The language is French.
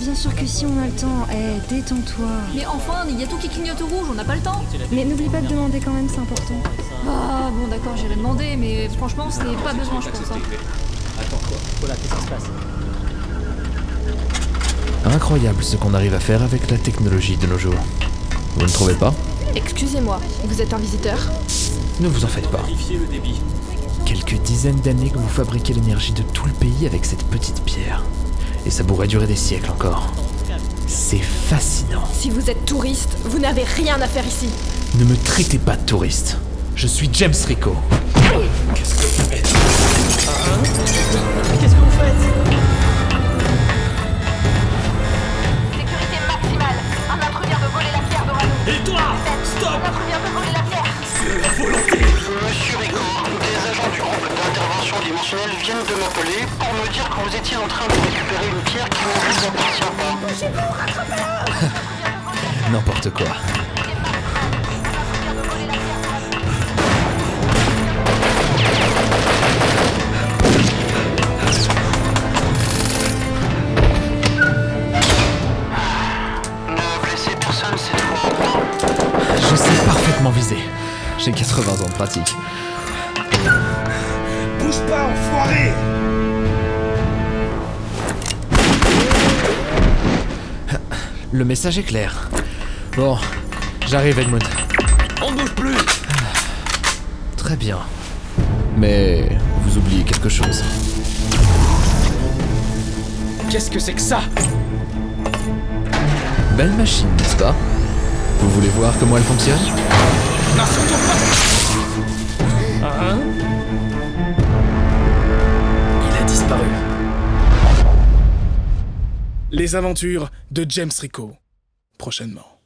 bien sûr que si on a le temps. Eh, détends-toi. Mais enfin, il y a tout qui clignote au rouge, on n'a pas le temps. Mais n'oublie pas de demander quand même, c'est important. Ah bon, d'accord, j'irai demander, mais franchement, c'est pas besoin, je pense. hein. Attends quoi Voilà, qu'est-ce qui se passe Incroyable ce qu'on arrive à faire avec la technologie de nos jours. Vous ne trouvez pas Excusez-moi, vous êtes un visiteur Ne vous en faites pas. Modifier le débit. Quelques dizaines d'années que vous fabriquez l'énergie de tout le pays avec cette petite pierre. Et ça pourrait durer des siècles encore. C'est fascinant. Si vous êtes touriste, vous n'avez rien à faire ici. Ne me traitez pas de touriste. Je suis James Rico. Qu'est-ce que vous faites Sécurité maximale. Un intrus vient de voler la pierre d'Orano. Et toi Stop Un intrus vient de voler la pierre. Monsieur Rico, des agents du groupe d'intervention dimensionnelle viennent de m'appeler pour me dire que vous étiez en train de récupérer une pierre qui ne vous appartient pas. N'importe quoi. Ne blessez personne cette fois. Je sais parfaitement viser. J'ai 80 ans de pratique. Bouge pas, enfoiré Le message est clair. Bon, j'arrive Edmund. On bouge plus Très bien. Mais vous oubliez quelque chose. Qu'est-ce que c'est que ça Belle machine, n'est-ce pas Vous voulez voir comment elle fonctionne Non, surtout pas Il a disparu. Les aventures de James Rico. Prochainement.